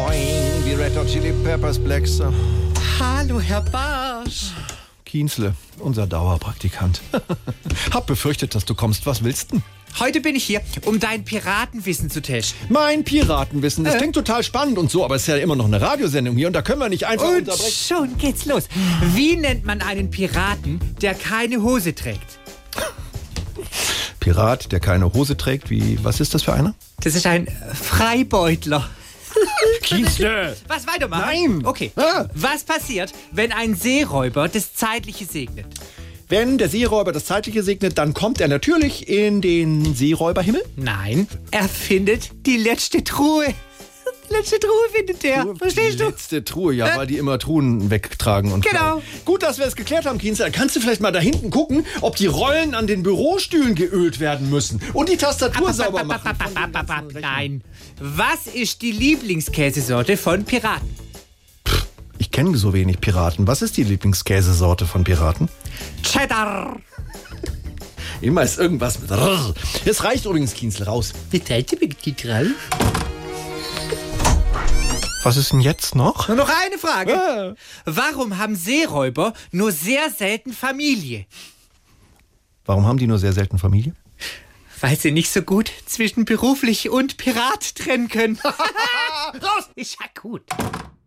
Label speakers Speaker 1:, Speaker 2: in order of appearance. Speaker 1: Boing, die Red Hot Chili Peppers Black Star.
Speaker 2: Hallo, Herr Barsch.
Speaker 1: Kienzle, unser Dauerpraktikant. Hab befürchtet, dass du kommst. Was willst denn?
Speaker 2: Heute bin ich hier, um dein Piratenwissen zu testen.
Speaker 1: Mein Piratenwissen. Das klingt total spannend und so, aber es ist ja immer noch eine Radiosendung hier und da können wir nicht einfach
Speaker 2: Und
Speaker 1: unterbrechen.
Speaker 2: schon geht's los. Wie nennt man einen Piraten, der keine Hose trägt?
Speaker 1: Pirat, der keine Hose trägt, wie, was ist das für einer?
Speaker 2: Das ist ein Freibeutler.
Speaker 1: Kienzle!
Speaker 2: Was weitermachen?
Speaker 1: Nein.
Speaker 2: Okay.
Speaker 1: Ah.
Speaker 2: Was passiert, wenn ein Seeräuber das Zeitliche segnet?
Speaker 1: Wenn der Seeräuber das Zeitliche segnet, dann kommt er natürlich in den Seeräuberhimmel.
Speaker 2: Nein, er findet die letzte Truhe. Die letzte Truhe findet er. Verstehst
Speaker 1: die
Speaker 2: du? Äh.
Speaker 1: letzte Truhe, ja, weil die immer Truhen wegtragen. und
Speaker 2: Genau.
Speaker 1: klauen. Gut, dass wir es geklärt haben, Kienzle. Kannst du vielleicht mal da hinten gucken, ob die Rollen an den Bürostühlen geölt werden müssen und die Tastatur sauber machen. von den ganzen Rechnern.
Speaker 2: Nein. Was ist die Lieblingskäsesorte von Piraten?
Speaker 1: Ich kenne so wenig Piraten. Was ist die Lieblingskäsesorte von Piraten?
Speaker 2: Cheddar.
Speaker 1: Immer ist irgendwas mit Rrr. Es reicht übrigens, Kienzle, raus.
Speaker 2: Die Seite geht dran.
Speaker 1: Was ist denn jetzt noch?
Speaker 2: Nur noch eine Frage. Warum haben Seeräuber nur sehr selten Familie?
Speaker 1: Warum haben die nur sehr selten Familie?
Speaker 2: Weil sie nicht so gut zwischen beruflich und Pirat trennen können. Raus! Ist ja gut.